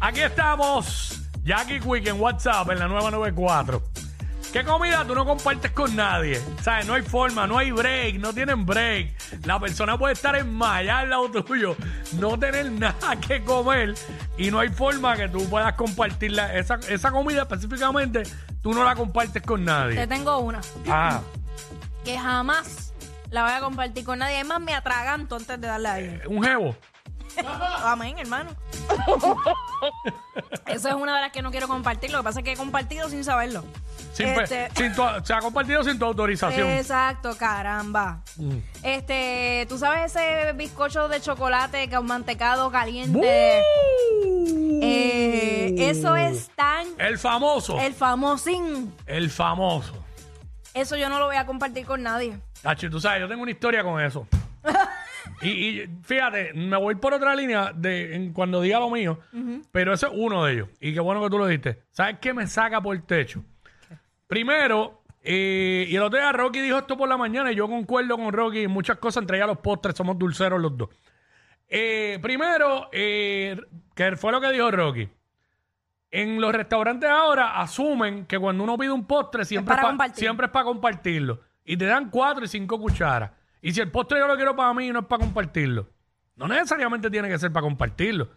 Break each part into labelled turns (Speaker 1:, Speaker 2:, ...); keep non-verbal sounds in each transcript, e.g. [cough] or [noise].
Speaker 1: Aquí estamos, Jackie Quick en WhatsApp, en la nueva 94. ¿Qué comida tú no compartes con nadie? ¿Sabes? No hay forma, no hay break, no tienen break. La persona puede estar enmayada al lado tuyo, no tener [laughs] nada que comer y no hay forma que tú puedas compartirla. Esa, esa comida específicamente, tú no la compartes con
Speaker 2: Te
Speaker 1: nadie.
Speaker 2: tengo una
Speaker 1: Ah,
Speaker 2: que jamás la voy a compartir con nadie. Es más, me atraganto antes de darle a alguien.
Speaker 1: un jevo. [laughs]
Speaker 2: Amén, hermano. Esa es una de las que no quiero compartir. Lo que pasa es que he compartido sin saberlo.
Speaker 1: Sin pe-
Speaker 2: Este-
Speaker 1: sin tu- se ha compartido sin tu autorización.
Speaker 2: Exacto, caramba.
Speaker 1: Mm.
Speaker 2: Este, tú sabes ese bizcocho de chocolate con mantecado
Speaker 1: ¡Bú!
Speaker 2: caliente. Eh, eso es tan
Speaker 1: El famoso.
Speaker 2: el
Speaker 1: El,
Speaker 2: famosín.
Speaker 1: famoso.
Speaker 2: Eso yo no lo voy a compartir con nadie.
Speaker 1: Tacho, tú sabes, yo tengo una historia con eso. y, y fíjate, me voy por otra línea de en cuando diga lo mío, pero ese es uno de ellos. Y qué bueno que tú lo diste. ¿Sabes qué me saca por el techo? Primero, eh, y el otro día Rocky dijo esto por la mañana y yo concuerdo con Rocky en muchas cosas, entre ellas los postres, somos dulceros los dos. Eh, primero, eh, que fue lo que dijo Rocky. En los restaurantes ahora asumen que cuando uno pide un postre siempre
Speaker 2: para
Speaker 1: es pa-
Speaker 2: compartir.
Speaker 1: siempre es para compartirlo. Y te dan cuatro y cinco cucharas. Y si el postre yo lo quiero para mí, no es para compartirlo. No necesariamente tiene que ser para compartirlo.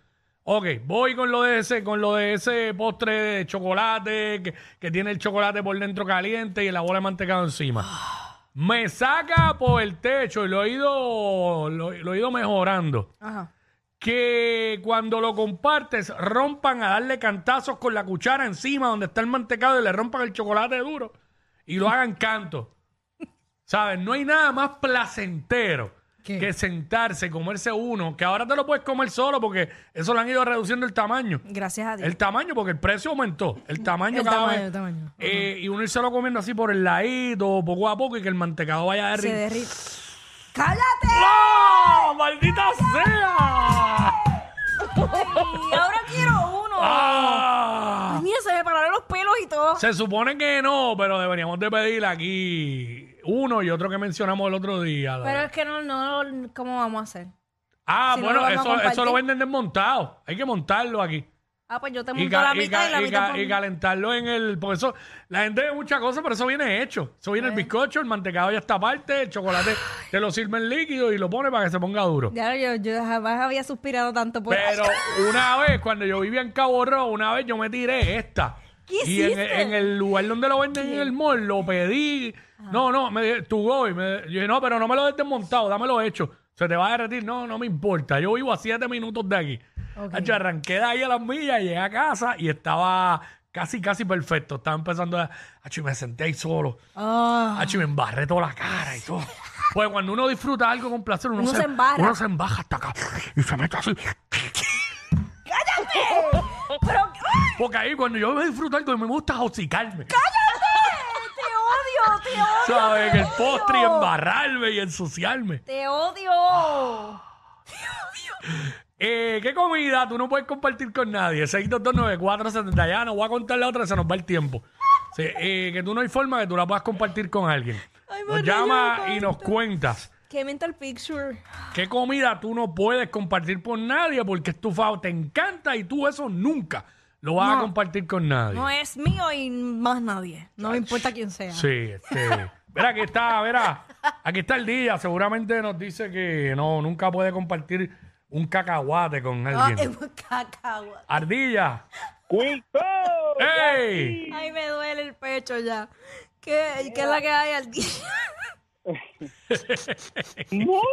Speaker 1: Ok, voy con lo de ese, con lo de ese postre de chocolate que, que tiene el chocolate por dentro caliente y la bola de mantecado encima.
Speaker 2: Ah.
Speaker 1: Me saca por el techo y lo he ido, lo, lo he ido mejorando.
Speaker 2: Ajá.
Speaker 1: Que cuando lo compartes rompan a darle cantazos con la cuchara encima donde está el mantecado y le rompan el chocolate duro y lo hagan canto. ¿Sabes? No hay nada más placentero
Speaker 2: ¿Qué?
Speaker 1: que sentarse, comerse uno, que ahora te lo puedes comer solo porque eso le han ido reduciendo el tamaño.
Speaker 2: Gracias a Dios.
Speaker 1: El tamaño, porque el precio aumentó. El tamaño
Speaker 2: El
Speaker 1: cada
Speaker 2: tamaño,
Speaker 1: vez.
Speaker 2: el tamaño.
Speaker 1: Eh, y uno irse lo comiendo así por el ladito, poco a poco, y que el mantecado vaya
Speaker 2: Se
Speaker 1: derritiendo.
Speaker 2: derrite. ¡Cállate!
Speaker 1: ¡Ah! ¡Maldita sea!
Speaker 2: Y ahora quiero uno.
Speaker 1: ¡Ah!
Speaker 2: Mira, se me pararon los pelos y todo.
Speaker 1: Se supone que no, pero deberíamos de pedir aquí uno y otro que mencionamos el otro día.
Speaker 2: Pero es que no, no, ¿cómo vamos a hacer?
Speaker 1: ah,
Speaker 2: si no
Speaker 1: bueno,
Speaker 2: lo vamos a
Speaker 1: eso, eso
Speaker 2: compartir.
Speaker 1: lo venden desmontado. Hay que montarlo aquí.
Speaker 2: Ah, pues yo te
Speaker 1: Y,
Speaker 2: monto
Speaker 1: ca-
Speaker 2: la
Speaker 1: y
Speaker 2: mitad
Speaker 1: ca-
Speaker 2: y, la
Speaker 1: y
Speaker 2: mitad
Speaker 1: ca-
Speaker 2: por
Speaker 1: y
Speaker 2: mí.
Speaker 1: calentarlo en el. Por eso la gente ve muchas cosas, pero eso viene hecho. Eso viene el bizcocho, el mantecado ya está aparte, el chocolate te lo sirve en líquido y lo pone para que se ponga duro.
Speaker 2: Ya, yo, yo jamás había suspirado tanto pues. por
Speaker 1: Pero una vez, cuando yo vivía en Cabo Rojo, una vez yo me tiré esta.
Speaker 2: ¿Qué
Speaker 1: y en,
Speaker 2: hiciste? Ah.
Speaker 1: en el lugar donde lo venden en el mall, lo pedí. No, no, me tu go. y me- yo dije, no, pero no me lo des desmontado, dámelo hecho. Se te va a derretir. No, no me importa. Yo vivo a siete minutos de aquí.
Speaker 2: Ok.
Speaker 1: Hacho, arranqué de ahí a las millas, llegué a casa y estaba casi, casi perfecto. Estaba empezando a. Hacho, y me senté ahí solo.
Speaker 2: [laughs] Ah,
Speaker 1: Hacho, y me embarré toda la cara y todo. Pues cuando uno disfruta algo con placer, uno,
Speaker 2: Uno se embarra.
Speaker 1: uno se embaja hasta acá y se mete así.
Speaker 2: pero ¡ay!
Speaker 1: Porque ahí cuando yo me disfruto algo, me gusta hocicarme.
Speaker 2: te odio, te odio.
Speaker 1: ¿Sabes? En
Speaker 2: te
Speaker 1: el
Speaker 2: odio.
Speaker 1: postre y embarrarme y ensuciarme.
Speaker 2: Te odio.
Speaker 1: Eh, ¿Qué comida tú no puedes compartir con nadie? 6229470. Ya no voy a contar la otra, se nos va el tiempo. Sí, eh, que tú no hay forma que tú la puedas compartir con alguien.
Speaker 2: Ay, me
Speaker 1: Nos
Speaker 2: río
Speaker 1: llama y
Speaker 2: tanto.
Speaker 1: nos cuentas.
Speaker 2: Qué mental picture.
Speaker 1: ¿Qué comida tú no puedes compartir con nadie porque es tu favor? Te encanta y tú eso nunca lo vas a
Speaker 2: No.
Speaker 1: compartir con nadie.
Speaker 2: No es mío y más nadie. No me importa quién sea.
Speaker 1: Sí, este. Mira, aquí está, mira. Aquí está el día. Seguramente nos dice que no, nunca puede compartir un cacahuate con
Speaker 2: Ah, [laughs] es
Speaker 1: alguien.
Speaker 2: un cacao.
Speaker 1: Ardilla.
Speaker 3: ¡Cuico!
Speaker 1: ¡Ey!
Speaker 2: Ay, me duele el pecho ya. ¿Qué, qué es la que hay al día?
Speaker 1: [laughs]
Speaker 3: ¡Muchacho!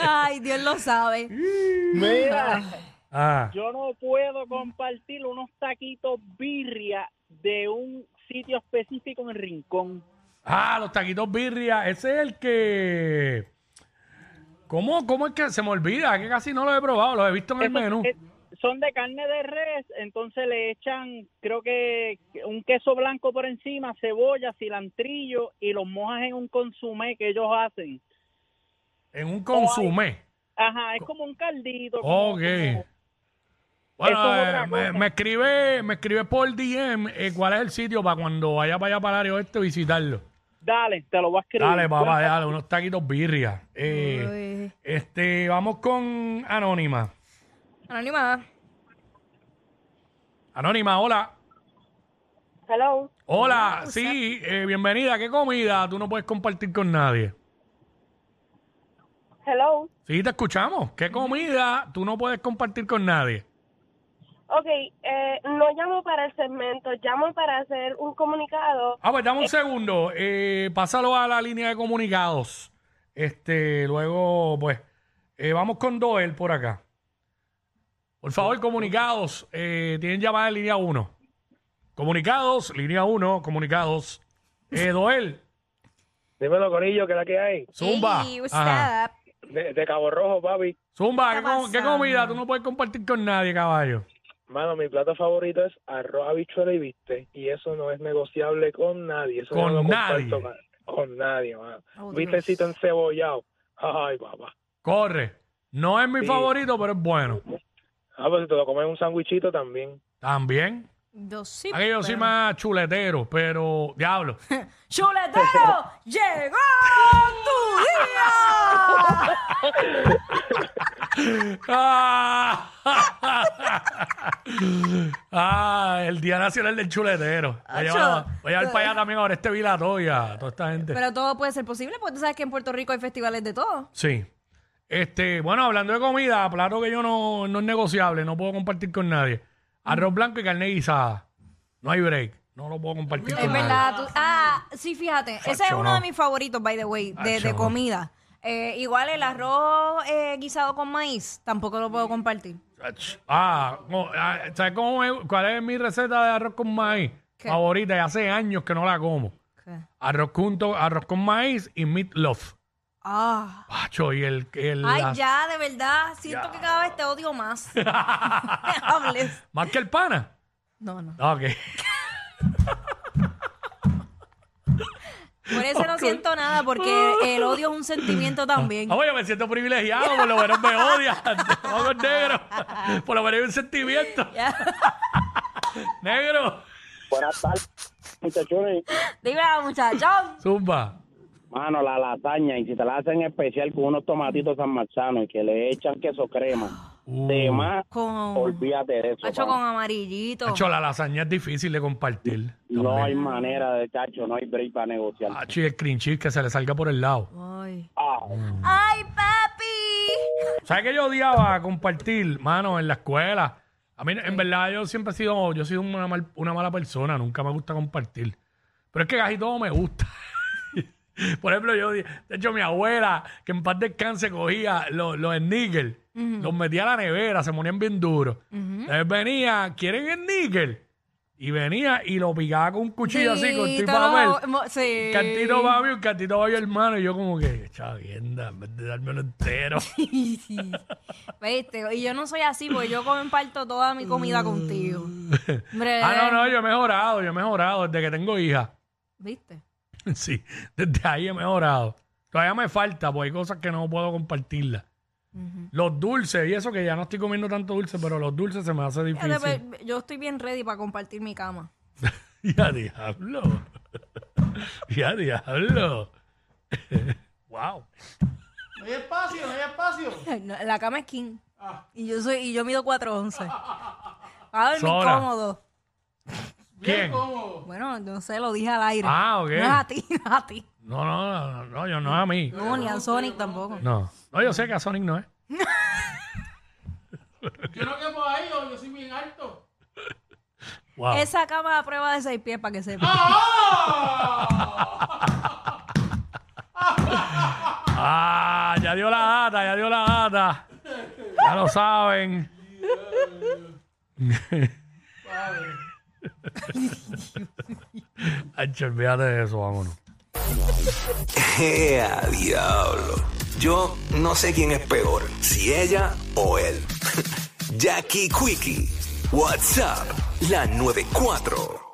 Speaker 2: Ay, Dios lo sabe.
Speaker 1: [laughs]
Speaker 3: Mira,
Speaker 1: Ah,
Speaker 3: yo no puedo compartir unos taquitos birria de un sitio específico en el rincón.
Speaker 1: Ah, los taquitos birria. Ese es el que. ¿Cómo, ¿Cómo es que se me olvida? Es Que casi no lo he probado, los he visto en el
Speaker 3: Esos,
Speaker 1: menú.
Speaker 3: eh, son de carne de res, entonces le echan, creo que un queso blanco por encima, cebolla, cilantrillo y los mojas en un consumé que ellos hacen.
Speaker 1: En un consumé.
Speaker 3: Ajá, es como un caldito. como-
Speaker 1: Ok.
Speaker 3: como-
Speaker 1: Bueno,
Speaker 3: Eso es otra
Speaker 1: eh, me,
Speaker 3: cosa.
Speaker 1: me escribe, me escribe por DM eh, cuál es el sitio para cuando vaya para allá para el área oeste visitarlo.
Speaker 3: Dale, te lo voy a escribir.
Speaker 1: Dale, papá, dale, unos taquitos birria. Eh,
Speaker 2: Uy.
Speaker 1: este, vamos con Anónima.
Speaker 2: Anónima.
Speaker 1: Anónima, hola.
Speaker 4: Hello.
Speaker 1: Hola, sí, eh, bienvenida. ¿Qué comida tú no puedes compartir con nadie?
Speaker 4: Hello.
Speaker 1: Sí, te escuchamos. ¿Qué comida tú no puedes compartir con nadie?
Speaker 4: Ok, eh, no llamo para el segmento, llamo para hacer un comunicado.
Speaker 1: A ver, Ah, pues dame un segundo. Eh, pásalo a la línea de comunicados. Este, luego, pues, eh, vamos con Doel por acá. Por favor, comunicados. eh, tienen llamada en línea 1. Comunicados, línea 1, comunicados. Eh, Doel,
Speaker 5: Dímelo, Corillo, que la que hay.
Speaker 1: Zumba.
Speaker 2: Hey, what's
Speaker 1: Ajá.
Speaker 2: up?
Speaker 5: De, de Cabo Rojo, papi.
Speaker 1: Zumba, ¿qué,
Speaker 2: ¿Qué
Speaker 1: com- qué
Speaker 2: pasa?
Speaker 1: comida tú no puedes compartir con nadie, caballo?
Speaker 5: Mano, mi plato favorito es arroz, habichuela y viste. Y eso no es negociable con nadie. Eso
Speaker 1: Con
Speaker 5: no lo
Speaker 1: nadie.
Speaker 5: comparto Con, con nadie, mano.
Speaker 2: Oh,
Speaker 5: Vistecito
Speaker 2: Dios.
Speaker 5: encebollado. Ay, papá.
Speaker 1: Corre. No es mi
Speaker 5: Sí.
Speaker 1: favorito, pero es bueno.
Speaker 5: Ah, pues si te lo comes en un sándwichito también.
Speaker 1: También.
Speaker 2: Yo sí,
Speaker 1: Aquí yo soy
Speaker 2: pero-
Speaker 1: más chuletero, pero diablo. [laughs]
Speaker 2: ¡Chuletero! ¡Llegó tu
Speaker 1: [laughs]
Speaker 2: día!
Speaker 1: ah, [laughs] Ah, el Día Nacional del Chuletero. Voy a llevar,
Speaker 2: Acho.
Speaker 1: voy a llevar para allá también ahora este Vilatoya, a toda esta gente.
Speaker 2: Pero todo puede ser posible porque tú sabes que en Puerto Rico hay festivales de todo.
Speaker 1: Sí. Este, bueno, hablando de comida, plato que yo no, no es negociable, no puedo compartir con nadie. Arroz blanco y carne guisada. No hay break. No lo puedo compartir
Speaker 2: Es
Speaker 1: con nadie.
Speaker 2: verdad. tú- ah, sí, fíjate. ese es
Speaker 1: Facho,
Speaker 2: uno de
Speaker 1: no.
Speaker 2: mis favoritos, by the way, de,
Speaker 1: Facho,
Speaker 2: de
Speaker 1: no.
Speaker 2: comida. Eh, igual el arroz eh, guisado con maíz, tampoco lo puedo compartir.
Speaker 1: Ach. Ah, no, ah, ¿sabes cómo es- cuál es mi receta de arroz con maíz?
Speaker 2: ¿Qué?
Speaker 1: Favorita, y hace años que no la como. Arroz, junto, arroz con maíz y meatloaf.
Speaker 2: Ah.
Speaker 1: Pacho, y el... el
Speaker 2: Ay,
Speaker 1: las-
Speaker 2: ya, de verdad. Siento que cada vez te
Speaker 1: [laughs]
Speaker 2: odio más. [laughs] Me hables.
Speaker 1: Más que el pana.
Speaker 2: No, no. [laughs]
Speaker 1: Ah, Ok.
Speaker 2: Por eso no siento nada, porque el odio es un sentimiento también.
Speaker 1: Ah, oye, me siento privilegiado, por lo menos me odian. [laughs] Vamos, negro. Por lo menos hay un sentimiento.
Speaker 2: [laughs] Ya.
Speaker 1: Negro.
Speaker 6: Buenas tardes, muchachones.
Speaker 2: Dímelo, muchachón.
Speaker 1: Zumba.
Speaker 6: eh, Mano, la lasaña, y si te la hacen especial con unos tomatitos san marzano y que le echan queso crema,
Speaker 1: Uh.
Speaker 6: de más,
Speaker 2: Mm. Con.
Speaker 6: olvídate de eso.
Speaker 2: Hacho
Speaker 6: pana.
Speaker 2: con amarillito.
Speaker 1: Hacho, la lasaña es difícil de compartir.
Speaker 6: No hay manera de cacho, no hay break para negociar.
Speaker 1: Hacho, y el cream cheese que se le salga por el lado.
Speaker 2: Ay.
Speaker 6: Ah,
Speaker 2: Ay, papi.
Speaker 1: ¿Sabes que yo odiaba compartir, mano, en la escuela? A mí, en verdad, yo siempre he sido, yo he sido una, mal- una mala persona, nunca me gusta compartir. Pero es que casi todo me gusta. [laughs] Por ejemplo, yo, di- de hecho, mi abuela, que en paz descanse, cogía los, los sneakers, los metía a la nevera, se ponían bien duros. Entonces venía, ¿quieren sneakers? Y venía y lo picaba con un cuchillo así, con tipo papel.
Speaker 2: Dítalo, mo- Sí.
Speaker 1: Un cantito
Speaker 2: [laughs]
Speaker 1: para mí, un cantito para mi hermano. Y yo como que, chavienda, en vez de dármelo entero.
Speaker 2: Viste, y yo no soy así, porque yo comparto toda mi comida contigo. Hombre,
Speaker 1: [laughs] Ah, no, no, yo he mejorado, yo he mejorado desde que tengo hija. [laughs]
Speaker 2: ¿Viste?
Speaker 1: Sí, desde ahí he mejorado. Todavía me falta, porque hay cosas que no puedo compartirlas. Los dulces, y eso que ya no estoy comiendo tanto dulce, pero los dulces se me hace
Speaker 2: Fíjate,
Speaker 1: difícil.
Speaker 2: pues, Yo estoy bien ready para compartir mi cama.
Speaker 1: [laughs] Ya diablo. [laughs] Ya diablo. [laughs] wow.
Speaker 2: No, La cama es king.
Speaker 1: Ah.
Speaker 2: Y yo soy, y yo mido 411. A ver,
Speaker 1: Sola.
Speaker 2: incómodo.
Speaker 1: ¿Quién?
Speaker 2: Bueno, no sé, lo dije al aire.
Speaker 1: Ah, ok.
Speaker 2: No es a ti, no es a ti.
Speaker 1: No, no, no, no, yo no a mí.
Speaker 2: No, ni a Sonic tampoco.
Speaker 1: No. No, yo sé que a Sonic no es.
Speaker 7: Yo no quepo ahí, yo, yo soy bien alto.
Speaker 1: Wow.
Speaker 2: Esa cama a prueba de seis pies para que sepa.
Speaker 1: Ah, ya dio la data, ya dio la data. Ya lo saben. Ay, che, olvídate de eso, vámonos.
Speaker 8: [laughs] ¡Ea, diablo! Yo no sé quién es peor, si ella o [laughs] él. Jackie Quickie, WhatsApp, la 94.